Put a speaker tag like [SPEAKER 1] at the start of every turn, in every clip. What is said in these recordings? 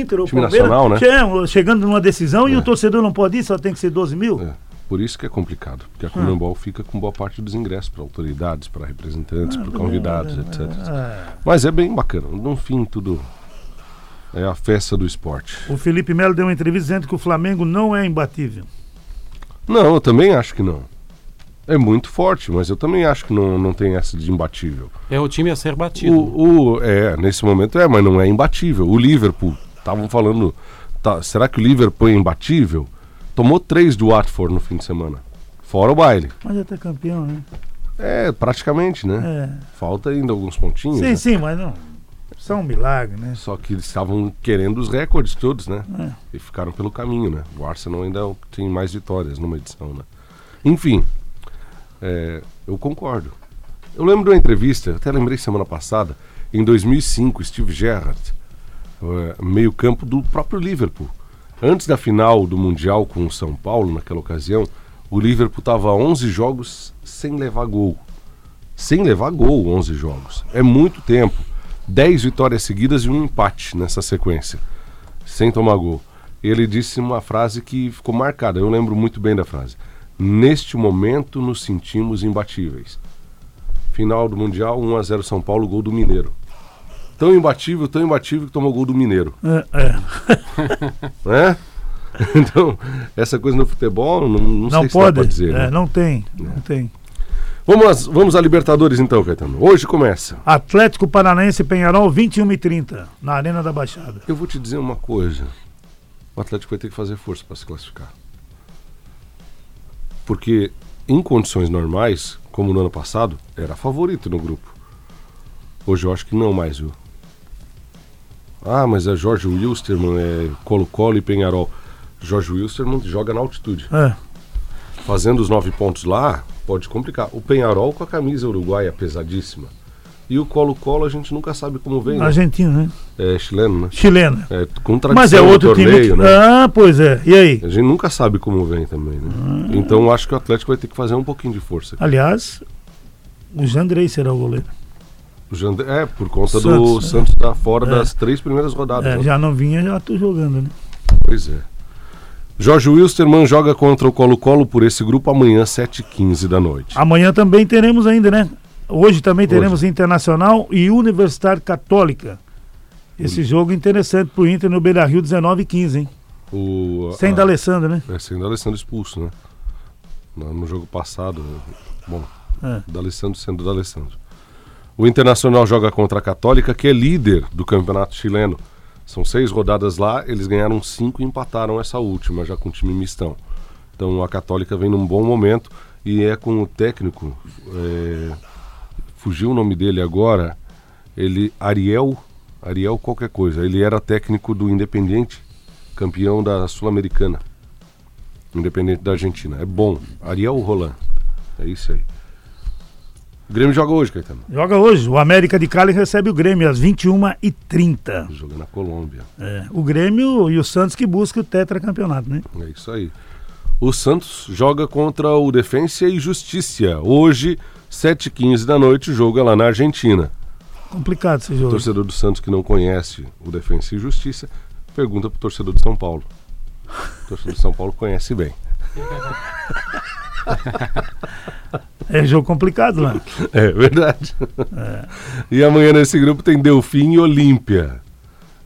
[SPEAKER 1] superou o
[SPEAKER 2] Time
[SPEAKER 1] Palmeiras.
[SPEAKER 2] nacional, né?
[SPEAKER 1] che- Chegando numa decisão e
[SPEAKER 2] É.
[SPEAKER 1] o torcedor não pode ir, só tem que ser 12 mil.
[SPEAKER 2] É, por isso que é complicado, porque a Comembol fica com boa parte dos ingressos para autoridades, para representantes, para convidados, etc.
[SPEAKER 1] Ah,
[SPEAKER 2] Mas é bem bacana. No fim, tudo é a festa do esporte.
[SPEAKER 1] o Felipe Melo deu uma entrevista dizendo que o Flamengo não é imbatível.
[SPEAKER 2] Não, eu também acho que não. É muito forte, mas eu também acho que não, não tem essa de imbatível.
[SPEAKER 3] É o time a ser batido.
[SPEAKER 2] O, o- é, nesse momento é, mas não é imbatível. O Liverpool, estavam falando, tá, será que o Liverpool é imbatível? Tomou três do Watford no fim de semana. Fora o baile.
[SPEAKER 1] Mas até campeão, né?
[SPEAKER 2] É, praticamente, né?
[SPEAKER 1] É.
[SPEAKER 2] Falta ainda alguns pontinhos.
[SPEAKER 1] Sim,
[SPEAKER 2] né?
[SPEAKER 1] sim, mas não. São um milagre, né?
[SPEAKER 2] Só que eles estavam querendo os recordes todos, né?
[SPEAKER 1] É.
[SPEAKER 2] E ficaram pelo caminho, né? O Arsenal ainda é o que tem mais vitórias numa edição, né? Enfim, é, eu concordo. Eu lembro de uma entrevista, eu até lembrei semana passada, em 2005, Steve Gerrard, eh, meio-campo do próprio Liverpool. Antes da final do Mundial com o São Paulo, naquela ocasião, o Liverpool estava 11 jogos sem levar gol. Sem levar gol, 11 jogos. É muito tempo. 10 vitórias seguidas e um empate nessa sequência. Sem tomar gol. Ele disse uma frase que ficou marcada. Eu lembro muito bem da frase. Neste momento nos sentimos imbatíveis. Final do Mundial, 1x0 São Paulo, gol do Mineiro. Tão imbatível, tão imbatível que tomou gol do Mineiro.
[SPEAKER 1] É, é.
[SPEAKER 2] Né? Então, essa coisa no futebol, não, não,
[SPEAKER 1] Não
[SPEAKER 2] sei se dá
[SPEAKER 1] pode.
[SPEAKER 2] pra dizer.
[SPEAKER 1] É,
[SPEAKER 2] né?
[SPEAKER 1] Não tem, não tem.
[SPEAKER 2] Vamos, às- vamos a Libertadores então, Caetano. Hoje começa.
[SPEAKER 1] Atlético Paranaense e Penharol, 21 e 30 na Arena da Baixada.
[SPEAKER 2] Eu vou te dizer uma coisa. O Atlético vai ter que fazer força para se classificar. Porque em condições normais, como no ano passado, era favorito no grupo. Hoje eu acho que não mais, viu? Ah, mas é Jorge Wilstermann, é Colo-Colo e Penharol. Jorge Wilstermann joga na altitude.
[SPEAKER 1] É.
[SPEAKER 2] Fazendo os nove pontos lá, pode complicar. O Penharol com a camisa uruguaia pesadíssima. E o Colo-Colo a gente nunca sabe como vem. né?
[SPEAKER 1] Argentino, né?
[SPEAKER 2] É chileno, né?
[SPEAKER 1] Chilena.
[SPEAKER 2] É, com tradição
[SPEAKER 1] Mas é
[SPEAKER 2] no
[SPEAKER 1] outro time.
[SPEAKER 2] torneio,
[SPEAKER 1] que-
[SPEAKER 2] né?
[SPEAKER 1] Ah, pois é. Ah. E aí?
[SPEAKER 2] A gente nunca sabe como vem também, né? Então eu acho que o Atlético vai ter que fazer um pouquinho de força.
[SPEAKER 1] Ah. Aliás, o Jandrei será o goleiro.
[SPEAKER 2] O Jandre- É, por conta do
[SPEAKER 1] Santos, né?
[SPEAKER 2] Santos tá fora
[SPEAKER 1] É.
[SPEAKER 2] das três primeiras rodadas.
[SPEAKER 1] É,
[SPEAKER 2] né?
[SPEAKER 1] já não vinha, já tô jogando, né?
[SPEAKER 2] Pois é. Jorge Wilstermann joga contra o Colo-Colo por esse grupo amanhã, 7h15 da noite.
[SPEAKER 1] Amanhã também teremos ainda, né? Hoje também teremos Internacional e Universidade Católica. Esse jogo interessante pro Inter no Beira Rio 19 e 15, hein?
[SPEAKER 2] O...
[SPEAKER 1] Sem
[SPEAKER 2] a-
[SPEAKER 1] D'Alessandro, né?
[SPEAKER 2] É, sem D'Alessandro expulso, né? No, no jogo passado. né? Bom,
[SPEAKER 1] É.
[SPEAKER 2] D'Alessandro sendo D'Alessandro. O Internacional joga contra a Católica, que é líder do campeonato chileno. São seis rodadas lá, eles ganharam cinco e empataram essa última, já com time mistão. Então a Católica vem num bom momento e é com o técnico. é, fugiu o nome dele agora. Ele. Ariel. Ariel qualquer coisa. Ele era técnico do Independiente, campeão da Sul-Americana. Independente da Argentina. É bom. Ariel Roland. É isso aí. O Grêmio joga hoje, Caetano.
[SPEAKER 1] Joga hoje. O América de Cali recebe o Grêmio às 21h30.
[SPEAKER 2] Joga Tá na Colômbia.
[SPEAKER 1] É, o Grêmio e o Santos que busca o tetracampeonato, né?
[SPEAKER 2] É isso aí. O Santos joga contra o Defensa e Justiça. Hoje, 7h15 da noite, joga lá na Argentina.
[SPEAKER 1] Complicado esse
[SPEAKER 2] O
[SPEAKER 1] jogo.
[SPEAKER 2] torcedor do Santos que não conhece o Defensa e Justiça, pergunta pro torcedor de São Paulo. O torcedor de São Paulo conhece bem.
[SPEAKER 1] É jogo complicado lá.
[SPEAKER 2] É verdade. E amanhã nesse grupo tem Delfim e Olímpia.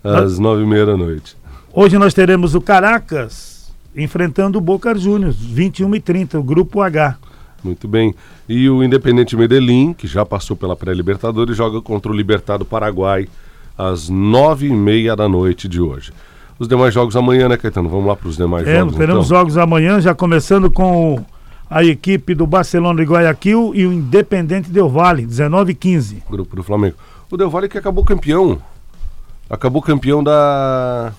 [SPEAKER 2] Às nove e meia da noite.
[SPEAKER 1] Hoje nós teremos o Caracas enfrentando o Boca Juniors, 21h30, o Grupo H.
[SPEAKER 2] Muito bem. E o Independente Medellín, que já passou pela pré-Libertadores, joga contra o Libertado Paraguai às nove e meia da noite de hoje. Os demais jogos amanhã, né, Caetano? Vamos lá para os demais
[SPEAKER 1] É,
[SPEAKER 2] jogos.
[SPEAKER 1] teremos
[SPEAKER 2] então.
[SPEAKER 1] jogos amanhã, já começando com o- a equipe do Barcelona de Guayaquil e o Independente Del Valle, 19 e 15.
[SPEAKER 2] Grupo do Flamengo. O Del Valle que acabou campeão. Acabou campeão da,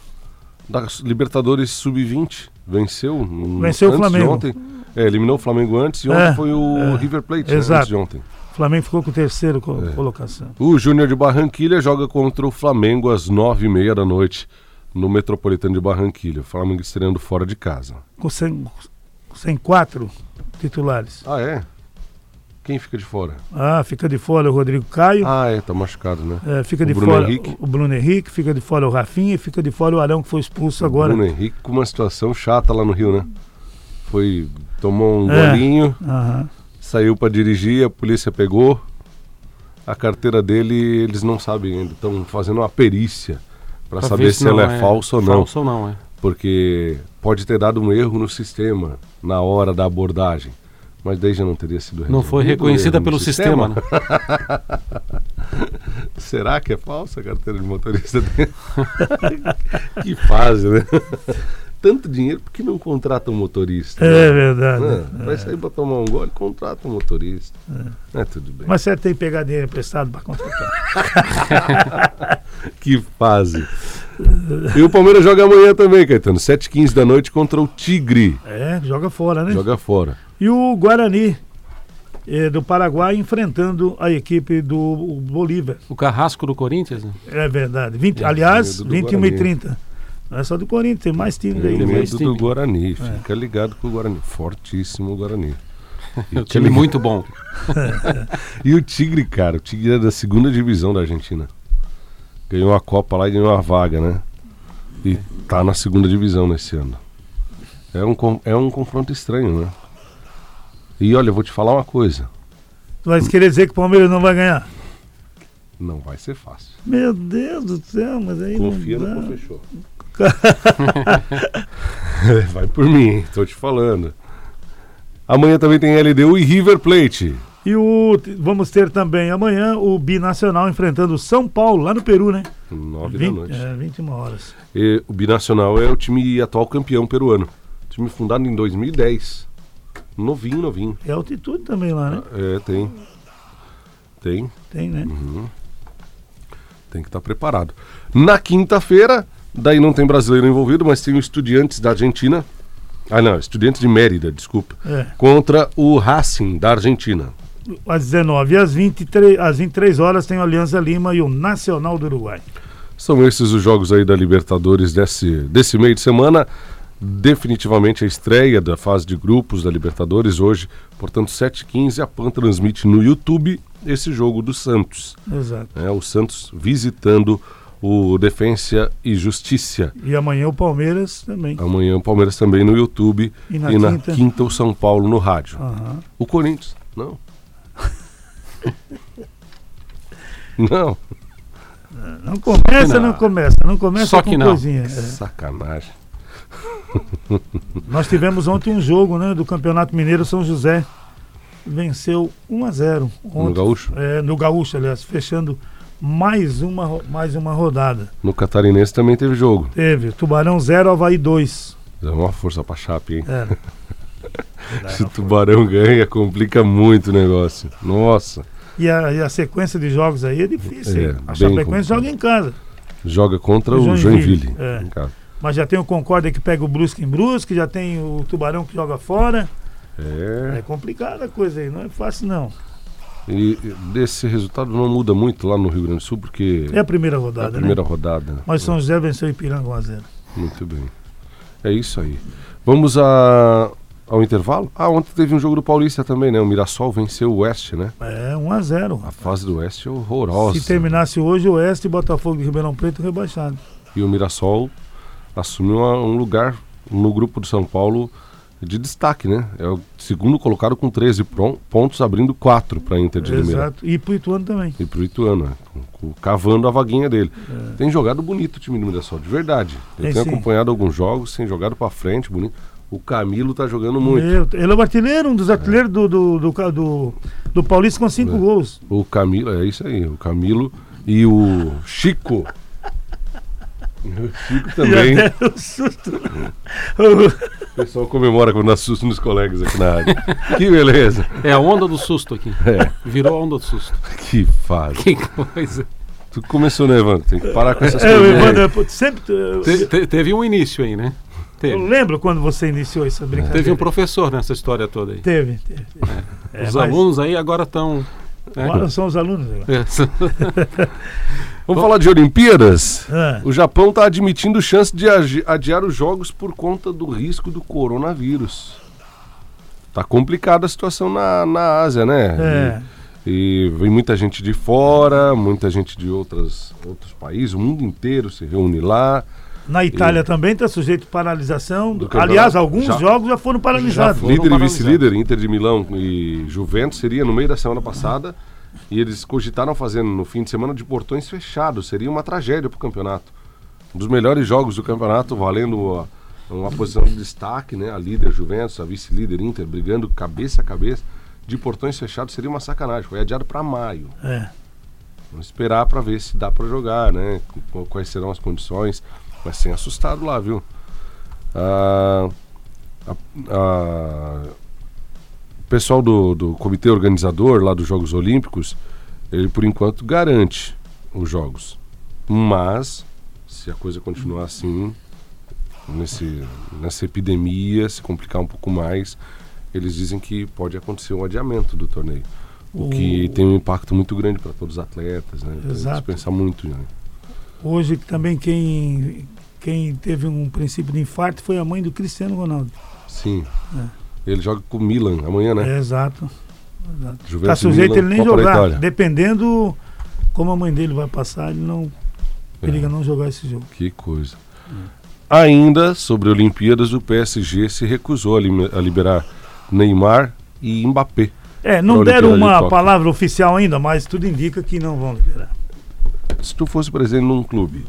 [SPEAKER 2] da Libertadores Sub-20. Venceu. no-
[SPEAKER 1] Venceu o
[SPEAKER 2] antes de
[SPEAKER 1] Flamengo.
[SPEAKER 2] Ontem. É, eliminou o Flamengo antes e
[SPEAKER 1] É,
[SPEAKER 2] ontem foi o
[SPEAKER 1] é,
[SPEAKER 2] River Plate, né,
[SPEAKER 1] exato.
[SPEAKER 2] antes de ontem.
[SPEAKER 1] O Flamengo ficou com o terceiro co-
[SPEAKER 2] É.
[SPEAKER 1] colocação.
[SPEAKER 2] O Júnior de Barranquilha joga contra o Flamengo às nove e meia da noite no Metropolitano de Barranquilha. O Flamengo estreando fora de casa.
[SPEAKER 1] Com 104 titulares.
[SPEAKER 2] Ah, é? Quem fica de fora?
[SPEAKER 1] Ah, fica de fora o Rodrigo Caio.
[SPEAKER 2] Ah, é, tá machucado, né?
[SPEAKER 1] eh, fica
[SPEAKER 2] o
[SPEAKER 1] de
[SPEAKER 2] Bruno
[SPEAKER 1] fora
[SPEAKER 2] Henrique?
[SPEAKER 1] o Bruno Henrique, fica de fora o Rafinha e fica de fora o Arão que foi expulso agora.
[SPEAKER 2] Bruno Henrique com uma situação chata lá no Rio, né? Foi, tomou um
[SPEAKER 1] É.
[SPEAKER 2] golinho,
[SPEAKER 1] Aham.
[SPEAKER 2] saiu pra dirigir, a polícia pegou. A carteira dele, eles não sabem ainda, estão fazendo uma perícia pra
[SPEAKER 3] Pra
[SPEAKER 2] saber
[SPEAKER 3] ver
[SPEAKER 2] se ela
[SPEAKER 3] não
[SPEAKER 2] é, falsa ou não.
[SPEAKER 3] Falso ou não, é.
[SPEAKER 2] Porque pode ter dado um erro no sistema na hora da abordagem. Mas daí já não teria sido
[SPEAKER 3] Não foi
[SPEAKER 2] resolvido Um o
[SPEAKER 3] reconhecida
[SPEAKER 2] erro no
[SPEAKER 3] pelo sistema, né?
[SPEAKER 2] Será que é falsa a carteira de motorista dele? que fase, né? Tanto dinheiro, por que não contrata um motorista?
[SPEAKER 1] É
[SPEAKER 2] né?
[SPEAKER 1] verdade.
[SPEAKER 2] Ah, Vai sair pra tomar um gole, contrata um motorista. É, tudo bem.
[SPEAKER 1] Mas você tem que pegar dinheiro emprestado para contratar.
[SPEAKER 2] Que fase. E o Palmeiras joga amanhã também, Caetano. 7h15 da noite contra o Tigre.
[SPEAKER 1] É, joga fora, né?
[SPEAKER 2] Joga fora.
[SPEAKER 1] E o Guarani eh, do Paraguai enfrentando a equipe do Bolívar.
[SPEAKER 3] né? O carrasco do Corinthians, né?
[SPEAKER 1] É verdade. 20,
[SPEAKER 2] É,
[SPEAKER 1] aliás,
[SPEAKER 2] medo do
[SPEAKER 1] 21 e
[SPEAKER 2] Guarani.
[SPEAKER 1] 30. Não é só do Corinthians, tem É. mais time
[SPEAKER 2] Tem
[SPEAKER 1] daí.
[SPEAKER 3] Tem
[SPEAKER 2] medo
[SPEAKER 3] mais
[SPEAKER 2] do
[SPEAKER 3] time.
[SPEAKER 2] Guarani. Fica ligado com o Guarani. Fortíssimo o Guarani. E o
[SPEAKER 3] É um Time muito bom.
[SPEAKER 2] E o Tigre, cara, o Tigre é da segunda divisão da Argentina. Ganhou a Copa lá e ganhou a vaga, né? E tá na segunda divisão nesse ano. É um, con- é um confronto estranho, né? E olha, eu vou te falar uma coisa.
[SPEAKER 1] Tu vai querer dizer que o Palmeiras não vai ganhar?
[SPEAKER 2] Não vai ser fácil.
[SPEAKER 1] Meu Deus do céu, mas aí
[SPEAKER 2] Confia
[SPEAKER 1] não
[SPEAKER 2] no
[SPEAKER 1] dá.
[SPEAKER 2] professor. vai por mim, hein? tô te falando. Amanhã também tem LDU e River Plate.
[SPEAKER 1] E o, vamos ter também amanhã o Binacional enfrentando o São Paulo, lá no Peru, né?
[SPEAKER 2] 9 da
[SPEAKER 1] 20,
[SPEAKER 2] noite.
[SPEAKER 1] é, 21 horas.
[SPEAKER 2] E o Binacional é o time atual campeão peruano. Time fundado em 2010. Novinho, novinho.
[SPEAKER 1] É altitude também lá, né?
[SPEAKER 2] É, tem. Tem.
[SPEAKER 1] Tem, né?
[SPEAKER 2] Uhum. Tem que estar preparado. Na quinta-feira, daí não tem brasileiro envolvido, mas tem o Estudiantes da Argentina. Ah, não, Estudiantes de Mérida, desculpa.
[SPEAKER 1] É.
[SPEAKER 2] Contra o Racing da Argentina.
[SPEAKER 1] Às 19 e às 23, às 23 horas tem o Alianza Lima e o Nacional do Uruguai.
[SPEAKER 2] São esses os jogos aí da Libertadores desse, desse meio de semana. Definitivamente a estreia da fase de grupos da Libertadores hoje. Portanto, 7h15, a PAN transmite no YouTube esse jogo do Santos.
[SPEAKER 1] Exato.
[SPEAKER 2] né? O Santos visitando o Defensa e Justiça.
[SPEAKER 1] E amanhã o Palmeiras também.
[SPEAKER 2] Amanhã o Palmeiras também no YouTube. E na, quinta... Ah. o São Paulo no rádio.
[SPEAKER 1] Aham.
[SPEAKER 2] O Corinthians, não. não,
[SPEAKER 1] Não começa,
[SPEAKER 3] que
[SPEAKER 1] não
[SPEAKER 3] não.
[SPEAKER 1] começa. Não começa
[SPEAKER 3] Só
[SPEAKER 1] com
[SPEAKER 3] que não.
[SPEAKER 1] coisinha. É.
[SPEAKER 2] sacanagem.
[SPEAKER 1] Nós tivemos ontem um jogo, né, do Campeonato Mineiro São José. Venceu 1 a 0
[SPEAKER 2] No
[SPEAKER 1] ontem,
[SPEAKER 2] Gaúcho,
[SPEAKER 1] é, no Gaúcho, aliás, fechando mais uma, ro- mais uma rodada.
[SPEAKER 2] no Catarinense também teve jogo.
[SPEAKER 1] Teve Tubarão 0, Havaí 2.
[SPEAKER 2] Dá é uma força pra Chape, hein?
[SPEAKER 1] É.
[SPEAKER 2] Se o Tubarão ganha, complica muito o negócio. Nossa.
[SPEAKER 1] E, a, e a sequência de jogos aí é difícil.
[SPEAKER 2] É,
[SPEAKER 1] hein? a
[SPEAKER 2] bem
[SPEAKER 1] Chapecoense
[SPEAKER 2] complicado.
[SPEAKER 1] joga em casa.
[SPEAKER 2] Joga contra
[SPEAKER 1] O
[SPEAKER 2] o
[SPEAKER 1] Joinville,
[SPEAKER 2] Joinville.
[SPEAKER 1] é.
[SPEAKER 2] em casa.
[SPEAKER 1] Mas já tem o Concórdia que pega o Brusque em Brusque, já tem o Tubarão que joga fora. É
[SPEAKER 2] É.
[SPEAKER 1] complicada a coisa aí, não é fácil não.
[SPEAKER 2] E e desse resultado não muda muito lá no Rio Grande do Sul, porque
[SPEAKER 1] É a primeira
[SPEAKER 2] é a
[SPEAKER 1] rodada,
[SPEAKER 2] primeira
[SPEAKER 1] né?
[SPEAKER 2] rodada.
[SPEAKER 1] Mas São José venceu o Ipiranga 1 a 0.
[SPEAKER 2] Muito bem. É isso aí. Vamos a... ao intervalo? Ah, ontem teve um jogo do Paulista também, né? O Mirassol venceu o Oeste, né?
[SPEAKER 1] É, 1 a 0.
[SPEAKER 2] A fase do Oeste é horrorosa.
[SPEAKER 1] Se terminasse hoje, o Oeste e Botafogo de Ribeirão Preto rebaixado.
[SPEAKER 2] E o Mirassol assumiu uma- um lugar no grupo do São Paulo de destaque, né? É o segundo colocado com 13 pron- pontos, abrindo 4 para a Inter de Limeira.
[SPEAKER 1] Exato. E pro Ituano também.
[SPEAKER 2] E para o Ituano, né? Com- com- cavando a vaguinha dele. Tem jogado bonito o time do Mirassol, de verdade. Eu
[SPEAKER 1] É. Tem
[SPEAKER 2] tenho
[SPEAKER 1] sim.
[SPEAKER 2] acompanhado alguns jogos, tem jogado para frente, bonito. O Camilo tá jogando muito.
[SPEAKER 1] Meu, ele é o artilheiro, um dos artilheiros do, do, do, ca- do, do Paulista com cinco
[SPEAKER 2] É.
[SPEAKER 1] gols.
[SPEAKER 2] O Camilo, é isso aí, o Camilo e o Chico. O Chico também.
[SPEAKER 1] Já deram um susto.
[SPEAKER 2] O pessoal comemora quando dá susto nos colegas aqui na área. que beleza.
[SPEAKER 3] É a onda do susto aqui.
[SPEAKER 2] É,
[SPEAKER 3] Virou a onda do susto.
[SPEAKER 2] que fase.
[SPEAKER 3] Que coisa.
[SPEAKER 2] Tu começou, né, Evandro? Tem que parar com essas
[SPEAKER 1] é, o
[SPEAKER 2] coisas.
[SPEAKER 1] Evandro, eu sempre. Eu,
[SPEAKER 3] Te- te- teve um início aí, né?
[SPEAKER 1] eu
[SPEAKER 3] Teve.
[SPEAKER 1] lembro quando você iniciou essa brincadeira.
[SPEAKER 3] Teve um professor nessa história toda aí.
[SPEAKER 1] Teve, teve. teve. É,
[SPEAKER 3] Os
[SPEAKER 1] mas
[SPEAKER 3] alunos né? aí agora É. estão.
[SPEAKER 1] Agora são os alunos. agora.
[SPEAKER 2] Vamos falar de Olimpíadas?
[SPEAKER 1] Ah,
[SPEAKER 2] O Japão está admitindo chance de agi- adiar os jogos por conta do risco do coronavírus. Tá complicada a situação na, na Ásia, né?
[SPEAKER 1] É.
[SPEAKER 2] E, e vem muita gente de fora, muita gente de outras, outros países, o mundo inteiro se reúne lá.
[SPEAKER 1] Na Itália também está sujeito à paralisação.
[SPEAKER 2] Do campeonato.
[SPEAKER 1] Aliás, alguns
[SPEAKER 2] Já-
[SPEAKER 1] jogos já foram paralisados.
[SPEAKER 3] Já foram.
[SPEAKER 2] líder e
[SPEAKER 3] paralisados.
[SPEAKER 2] vice-líder, Inter de Milão e Juventus, seria no meio da semana passada. E eles cogitaram fazendo no fim de semana de portões fechados. Seria uma tragédia para o campeonato. Um dos melhores jogos do campeonato, valendo a- uma posição de destaque, né? A líder Juventus, a vice-líder Inter, brigando cabeça a cabeça. De portões fechados seria uma sacanagem. Foi adiado para maio.
[SPEAKER 1] É.
[SPEAKER 2] Vamos esperar para ver se dá para jogar, né? Qu- Quais serão as condições. Mas sem assustado lá, viu? Ah, a- a- o pessoal do, do comitê organizador lá dos Jogos Olímpicos, ele por enquanto garante os Jogos. Mas, se a coisa continuar assim, nesse, nessa epidemia, se complicar um pouco mais, eles dizem que pode acontecer um adiamento do torneio. O,
[SPEAKER 1] O-
[SPEAKER 2] que tem um impacto muito grande para todos os atletas, né? Então,
[SPEAKER 1] Exato.
[SPEAKER 2] Eles pensam muito, né?
[SPEAKER 1] Hoje também quem, quem teve um princípio de infarto foi a mãe do Cristiano Ronaldo.
[SPEAKER 2] Sim. Ele joga com o Milan amanhã, né?
[SPEAKER 1] É, exato. Está
[SPEAKER 2] Juventus e
[SPEAKER 1] sujeito
[SPEAKER 2] Milan,
[SPEAKER 1] ele nem
[SPEAKER 2] Copa da
[SPEAKER 1] jogar.
[SPEAKER 2] Itália.
[SPEAKER 1] Dependendo como a mãe dele vai passar, ele não periga
[SPEAKER 2] É.
[SPEAKER 1] não jogar esse jogo.
[SPEAKER 2] Que coisa. Ainda sobre Olimpíadas, o PSG se recusou a, lime- a liberar Neymar e Mbappé.
[SPEAKER 1] É, não
[SPEAKER 2] Pra
[SPEAKER 1] deram
[SPEAKER 2] Olimpíada de
[SPEAKER 1] uma
[SPEAKER 2] Tóquio.
[SPEAKER 1] palavra oficial ainda, mas tudo indica que não vão liberar.
[SPEAKER 2] Se tu fosse presidente num clube,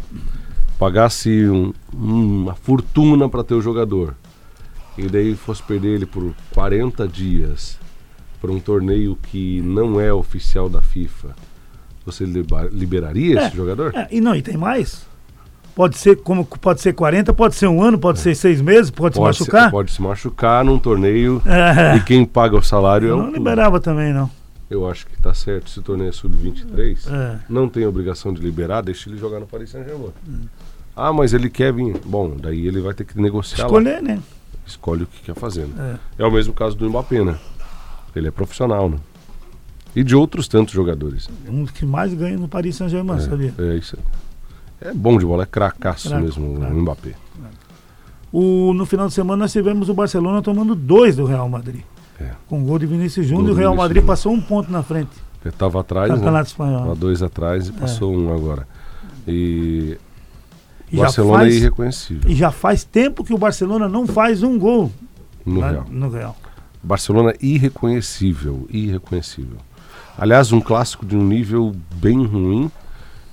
[SPEAKER 2] pagasse um- uma fortuna para teu jogador e daí fosse perder ele por 40 dias para um torneio que não é oficial da FIFA, você liba- liberaria
[SPEAKER 1] É,
[SPEAKER 2] esse jogador?
[SPEAKER 1] É, e não, e tem mais? Pode ser como pode ser 40, pode ser um ano, pode ser seis meses, pode,
[SPEAKER 2] É. Pode
[SPEAKER 1] se
[SPEAKER 2] se-
[SPEAKER 1] machucar.
[SPEAKER 2] pode se machucar num torneio
[SPEAKER 1] É,
[SPEAKER 2] e quem paga o salário é o
[SPEAKER 1] não
[SPEAKER 2] clube.
[SPEAKER 1] liberava também, não.
[SPEAKER 2] Eu acho que tá certo. Se o torneio é sub-23,
[SPEAKER 1] É.
[SPEAKER 2] não tem obrigação de liberar, deixa ele jogar no Paris Saint-Germain.
[SPEAKER 1] Hum.
[SPEAKER 2] Ah, mas ele quer vir. Bom, daí ele vai ter que negociar lá.
[SPEAKER 1] Escolher, né?
[SPEAKER 2] Escolhe o que quer fazer. Né?
[SPEAKER 1] É.
[SPEAKER 2] É. o mesmo caso do Mbappé, né? Ele é profissional, né? E de outros tantos jogadores.
[SPEAKER 1] Um dos que mais ganha no Paris Saint-Germain, sabia?
[SPEAKER 2] É, é isso aí. É bom de bola, é cracaço
[SPEAKER 1] Craco,
[SPEAKER 2] mesmo
[SPEAKER 1] craco.
[SPEAKER 2] o Mbappé.
[SPEAKER 1] O, no final de semana nós tivemos o Barcelona tomando dois do Real Madrid.
[SPEAKER 2] É.
[SPEAKER 1] Com gol de Vinícius Júnior, e
[SPEAKER 2] Gol
[SPEAKER 1] o
[SPEAKER 2] do
[SPEAKER 1] Real
[SPEAKER 2] Vinícius
[SPEAKER 1] Madrid
[SPEAKER 2] Júnior.
[SPEAKER 1] passou um ponto na frente.
[SPEAKER 2] Ele tava atrás, né?
[SPEAKER 1] Campeonato espanhol. É.
[SPEAKER 2] Tava dois atrás e passou um agora. E
[SPEAKER 1] E já,
[SPEAKER 2] Barcelona é
[SPEAKER 1] faz,
[SPEAKER 2] irreconhecível
[SPEAKER 1] e já faz tempo que o Barcelona não faz um gol
[SPEAKER 2] no
[SPEAKER 1] na-
[SPEAKER 2] Real.
[SPEAKER 1] no Real.
[SPEAKER 2] Barcelona irreconhecível, irreconhecível. Aliás, um clássico de um nível bem ruim.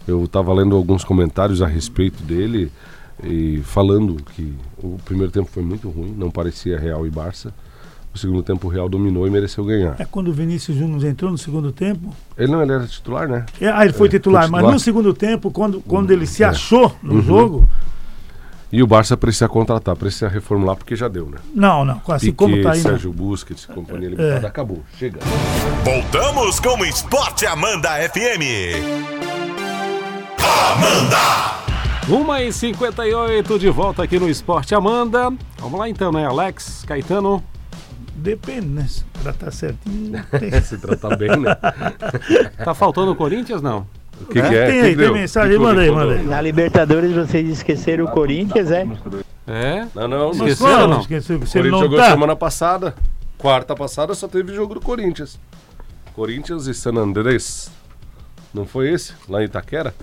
[SPEAKER 2] Eu estava lendo alguns comentários a respeito dele e falando que o primeiro tempo foi muito ruim, não parecia Real e Barça. O segundo tempo o Real dominou e mereceu ganhar.
[SPEAKER 1] É quando o Vinícius Júnior entrou no segundo tempo.
[SPEAKER 2] Ele não ele era titular, né?
[SPEAKER 1] É, ah, ele foi
[SPEAKER 2] É,
[SPEAKER 1] titular,
[SPEAKER 2] foi
[SPEAKER 1] mas
[SPEAKER 2] titular.
[SPEAKER 1] no segundo tempo, quando, quando ele se
[SPEAKER 2] é.
[SPEAKER 1] achou no jogo,
[SPEAKER 2] E o Barça precisa contratar, precisa reformular porque já deu, né?
[SPEAKER 1] não, não, assim
[SPEAKER 2] Piquet,
[SPEAKER 1] como tá aí. não.
[SPEAKER 2] Sérgio Busquets, e companhia limitada, acabou, chega.
[SPEAKER 4] Voltamos com o Esporte Amanda FM.
[SPEAKER 3] Uma e 58 de volta aqui no Esporte Amanda. Vamos lá então, né, Alex, Caetano?
[SPEAKER 1] Depende, né? Se tratar certinho. tem-
[SPEAKER 2] Se tratar bem, né?
[SPEAKER 3] Tá faltando o Corinthians, não?
[SPEAKER 2] O que,
[SPEAKER 1] É,
[SPEAKER 2] que é?
[SPEAKER 1] tem
[SPEAKER 2] Que
[SPEAKER 1] aí, tem
[SPEAKER 2] que deu?
[SPEAKER 1] mensagem,
[SPEAKER 2] Que que
[SPEAKER 1] manda aí,
[SPEAKER 2] houve?
[SPEAKER 1] manda aí.
[SPEAKER 5] Na Libertadores vocês esqueceram o Corinthians, é?
[SPEAKER 3] É?
[SPEAKER 2] Não, não, não.
[SPEAKER 3] Esqueceu?
[SPEAKER 1] Claro,
[SPEAKER 3] ou não?
[SPEAKER 1] esqueceu,
[SPEAKER 2] O
[SPEAKER 1] se ele
[SPEAKER 2] Corinthians
[SPEAKER 1] não
[SPEAKER 2] jogou
[SPEAKER 1] tá.
[SPEAKER 2] semana passada. Quarta passada só teve jogo do Corinthians. Corinthians e San Andrés. Não foi esse? Lá em Itaquera?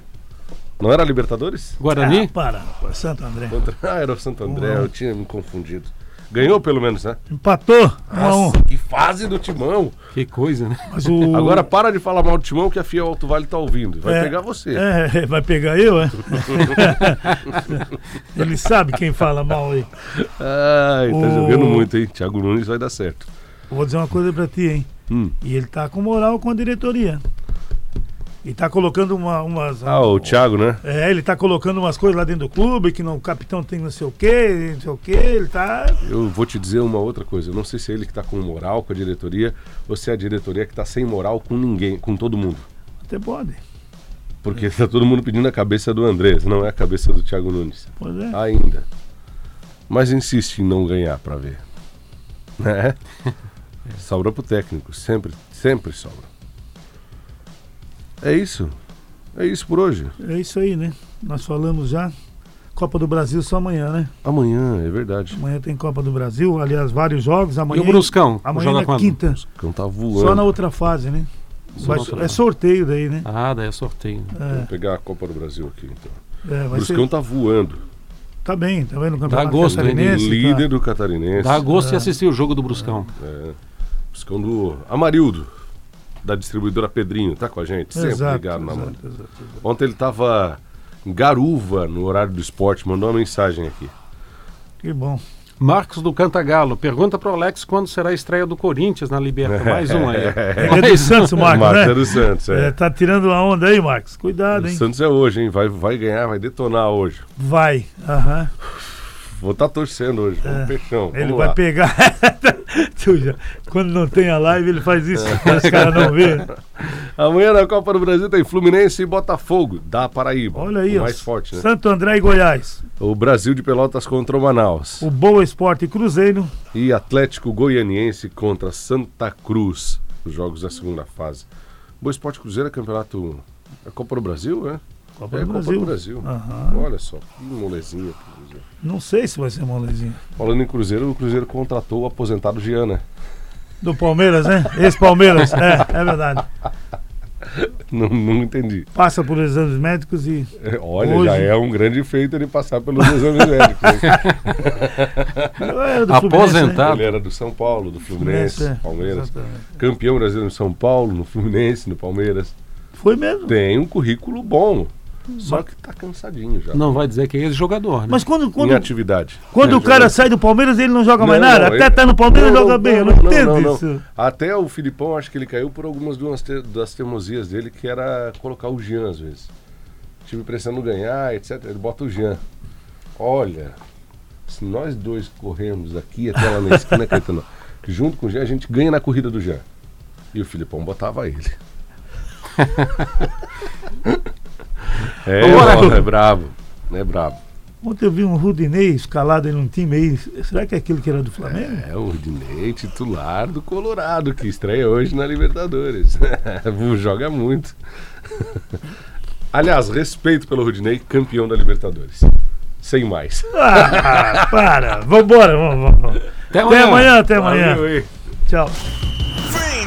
[SPEAKER 2] Não era Libertadores?
[SPEAKER 3] Guarani?
[SPEAKER 1] Ah, para, para, Santo André.
[SPEAKER 2] Contra- Ah, era o Santo André, eu tinha me confundido. Ganhou pelo menos, né?
[SPEAKER 1] Empatou, um a um.
[SPEAKER 2] Nossa, que fase do Timão!
[SPEAKER 3] Que coisa, né?
[SPEAKER 1] Mas o-
[SPEAKER 2] Agora para de falar mal do Timão que a Fiel Alto Vale tá ouvindo. Vai
[SPEAKER 1] É,
[SPEAKER 2] pegar você.
[SPEAKER 1] É, vai pegar eu, é? ele sabe quem fala mal aí.
[SPEAKER 2] Ai, tá
[SPEAKER 1] O-
[SPEAKER 2] jogando muito, hein? Thiago Nunes vai dar certo.
[SPEAKER 1] Vou dizer uma coisa pra ti, hein?
[SPEAKER 2] Hum.
[SPEAKER 1] E ele tá com moral com a diretoria. E tá colocando uma, umas.
[SPEAKER 2] Ah, o Thiago, né?
[SPEAKER 1] É, ele tá colocando umas coisas lá dentro do clube, que não, o capitão tem não sei o quê, não sei o quê, ele tá.
[SPEAKER 2] Eu vou te dizer uma outra coisa. Eu não sei se é ele que tá com moral com a diretoria ou se é a diretoria que tá sem moral com ninguém, com todo mundo.
[SPEAKER 1] Até pode. É.
[SPEAKER 2] Porque tá todo mundo pedindo a cabeça do Andrés, não é a cabeça do Thiago Nunes.
[SPEAKER 1] Pois é.
[SPEAKER 2] Ainda. Mas insiste em não ganhar pra ver. Né? sobra pro técnico, sempre, sempre sobra. É isso. É isso por hoje.
[SPEAKER 1] É isso aí, né? Nós falamos já. Copa do Brasil só amanhã, né?
[SPEAKER 2] Amanhã, é verdade.
[SPEAKER 1] Amanhã tem Copa do Brasil, aliás, vários jogos.
[SPEAKER 3] E
[SPEAKER 1] Amanhã,
[SPEAKER 3] o Bruscão?
[SPEAKER 1] amanhã
[SPEAKER 3] joga
[SPEAKER 1] na
[SPEAKER 3] quando?
[SPEAKER 1] quinta.
[SPEAKER 2] O cão tá voando.
[SPEAKER 1] Só na outra fase, né?
[SPEAKER 3] Só
[SPEAKER 1] Vai-
[SPEAKER 3] na outra
[SPEAKER 1] é
[SPEAKER 3] fase.
[SPEAKER 1] sorteio daí, né?
[SPEAKER 3] Ah, daí é sorteio.
[SPEAKER 2] Vou pegar a Copa do Brasil aqui, então.
[SPEAKER 1] É,
[SPEAKER 2] O
[SPEAKER 1] vai ser-
[SPEAKER 2] Bruscão tá voando.
[SPEAKER 1] Tá bem, tá vendo? o Campeonato
[SPEAKER 3] gosto, hein?
[SPEAKER 1] Catarinense, tá.
[SPEAKER 2] Líder do Catarinense.
[SPEAKER 3] Dá gosto
[SPEAKER 1] É.
[SPEAKER 3] de assistir o jogo do Bruscão.
[SPEAKER 2] É. Bruscão do Amarildo, da distribuidora Pedrinho, tá com a gente? Sempre
[SPEAKER 1] Exato,
[SPEAKER 2] ligado na mão.
[SPEAKER 1] exato, exato.
[SPEAKER 2] Ontem ele tava em garuva no horário do esporte, mandou uma mensagem aqui.
[SPEAKER 1] Que bom.
[SPEAKER 3] Marcos do Cantagalo, pergunta pro Alex quando será a estreia do Corinthians na Libertadores. Mais um aí.
[SPEAKER 1] É do Santos, Marcos, né?
[SPEAKER 2] do Santos, é.
[SPEAKER 1] É, tá tirando uma onda aí, Marcos. Cuidado,
[SPEAKER 2] O
[SPEAKER 1] hein?
[SPEAKER 2] Santos é hoje, hein? Vai, vai ganhar, vai detonar hoje.
[SPEAKER 1] Vai. Aham.
[SPEAKER 2] Vou estar torcendo hoje, vamos peixão.
[SPEAKER 1] É. Ele
[SPEAKER 2] vamos
[SPEAKER 1] vai
[SPEAKER 2] lá.
[SPEAKER 1] pegar. Tu já- Quando não tem a live, ele faz isso.
[SPEAKER 2] É.
[SPEAKER 1] pra Os caras não vê.
[SPEAKER 2] Amanhã na Copa do Brasil tem Fluminense e Botafogo, da Paraíba.
[SPEAKER 1] Olha aí,
[SPEAKER 2] o
[SPEAKER 1] ó.
[SPEAKER 2] mais forte, né?
[SPEAKER 1] Santo André e Goiás.
[SPEAKER 2] O Brasil de Pelotas contra o Manaus.
[SPEAKER 1] O Boa Esporte e Cruzeiro.
[SPEAKER 2] E Atlético Goianiense contra Santa Cruz, os jogos da segunda fase. Boa Esporte Cruzeiro é campeonato. É Copa do Brasil, é?
[SPEAKER 1] Copa
[SPEAKER 2] é
[SPEAKER 1] do Brasil.
[SPEAKER 2] Copa do Brasil.
[SPEAKER 1] Aham.
[SPEAKER 2] Olha só, que molezinha. pro Cruzeiro.
[SPEAKER 1] Não sei se vai ser molezinho.
[SPEAKER 2] Falando em Cruzeiro, o Cruzeiro contratou o aposentado Jean, né?
[SPEAKER 1] Do Palmeiras, né? Ex-Palmeiras. É, é verdade.
[SPEAKER 2] Não, não entendi.
[SPEAKER 1] Passa por exames médicos e.
[SPEAKER 2] É, Olha,
[SPEAKER 1] Hoje-
[SPEAKER 2] já é um grande feito ele passar pelos exames médicos. hein?
[SPEAKER 1] Era do Fluminense, né?
[SPEAKER 3] Aposentado.
[SPEAKER 2] Ele era do São Paulo, do Fluminense,
[SPEAKER 1] Fluminense, é.
[SPEAKER 2] Palmeiras.
[SPEAKER 1] Exatamente.
[SPEAKER 2] Campeão brasileiro no São Paulo, no Fluminense, no Palmeiras.
[SPEAKER 1] Foi mesmo.
[SPEAKER 2] Tem um currículo bom. Só que tá cansadinho já.
[SPEAKER 3] Não vai dizer que é ex-jogador, né?
[SPEAKER 1] Mas quando, quando,
[SPEAKER 2] Em atividade.
[SPEAKER 1] quando
[SPEAKER 2] É,
[SPEAKER 1] o cara
[SPEAKER 2] jogador.
[SPEAKER 1] sai do Palmeiras, ele não joga mais
[SPEAKER 2] Não,
[SPEAKER 1] nada.
[SPEAKER 2] não,
[SPEAKER 1] Até
[SPEAKER 2] ele-
[SPEAKER 1] tá no Palmeiras,
[SPEAKER 2] Não,
[SPEAKER 1] joga
[SPEAKER 2] não,
[SPEAKER 1] bem. Eu não
[SPEAKER 2] não,
[SPEAKER 1] entendo
[SPEAKER 2] não, não.
[SPEAKER 1] isso.
[SPEAKER 2] Até o Filipão, acho que ele caiu por algumas de umas te- das teimosias dele, que era colocar o Jean às vezes. Time precisando ganhar, etc. Ele bota o Jean. Olha, se nós dois corremos daqui até lá na esquina, Caetano, junto com o Jean, a gente ganha na corrida do Jean. E o Filipão botava ele. é,
[SPEAKER 1] Vambora,
[SPEAKER 2] ó,
[SPEAKER 1] Dudu.
[SPEAKER 2] é brabo. É brabo.
[SPEAKER 1] Ontem eu vi um Rudinei escalado em um time aí. Será que é aquele que era do Flamengo?
[SPEAKER 2] É o Rodinei, titular do Colorado, que estreia hoje na Libertadores. Joga muito. Aliás, respeito pelo Rodinei, campeão da Libertadores. Sem mais.
[SPEAKER 1] Ah, para. Vambora, vamos, vamos. vamos. Até amanhã, até amanhã.
[SPEAKER 2] Valeu, hein?
[SPEAKER 1] Tchau.
[SPEAKER 4] Fim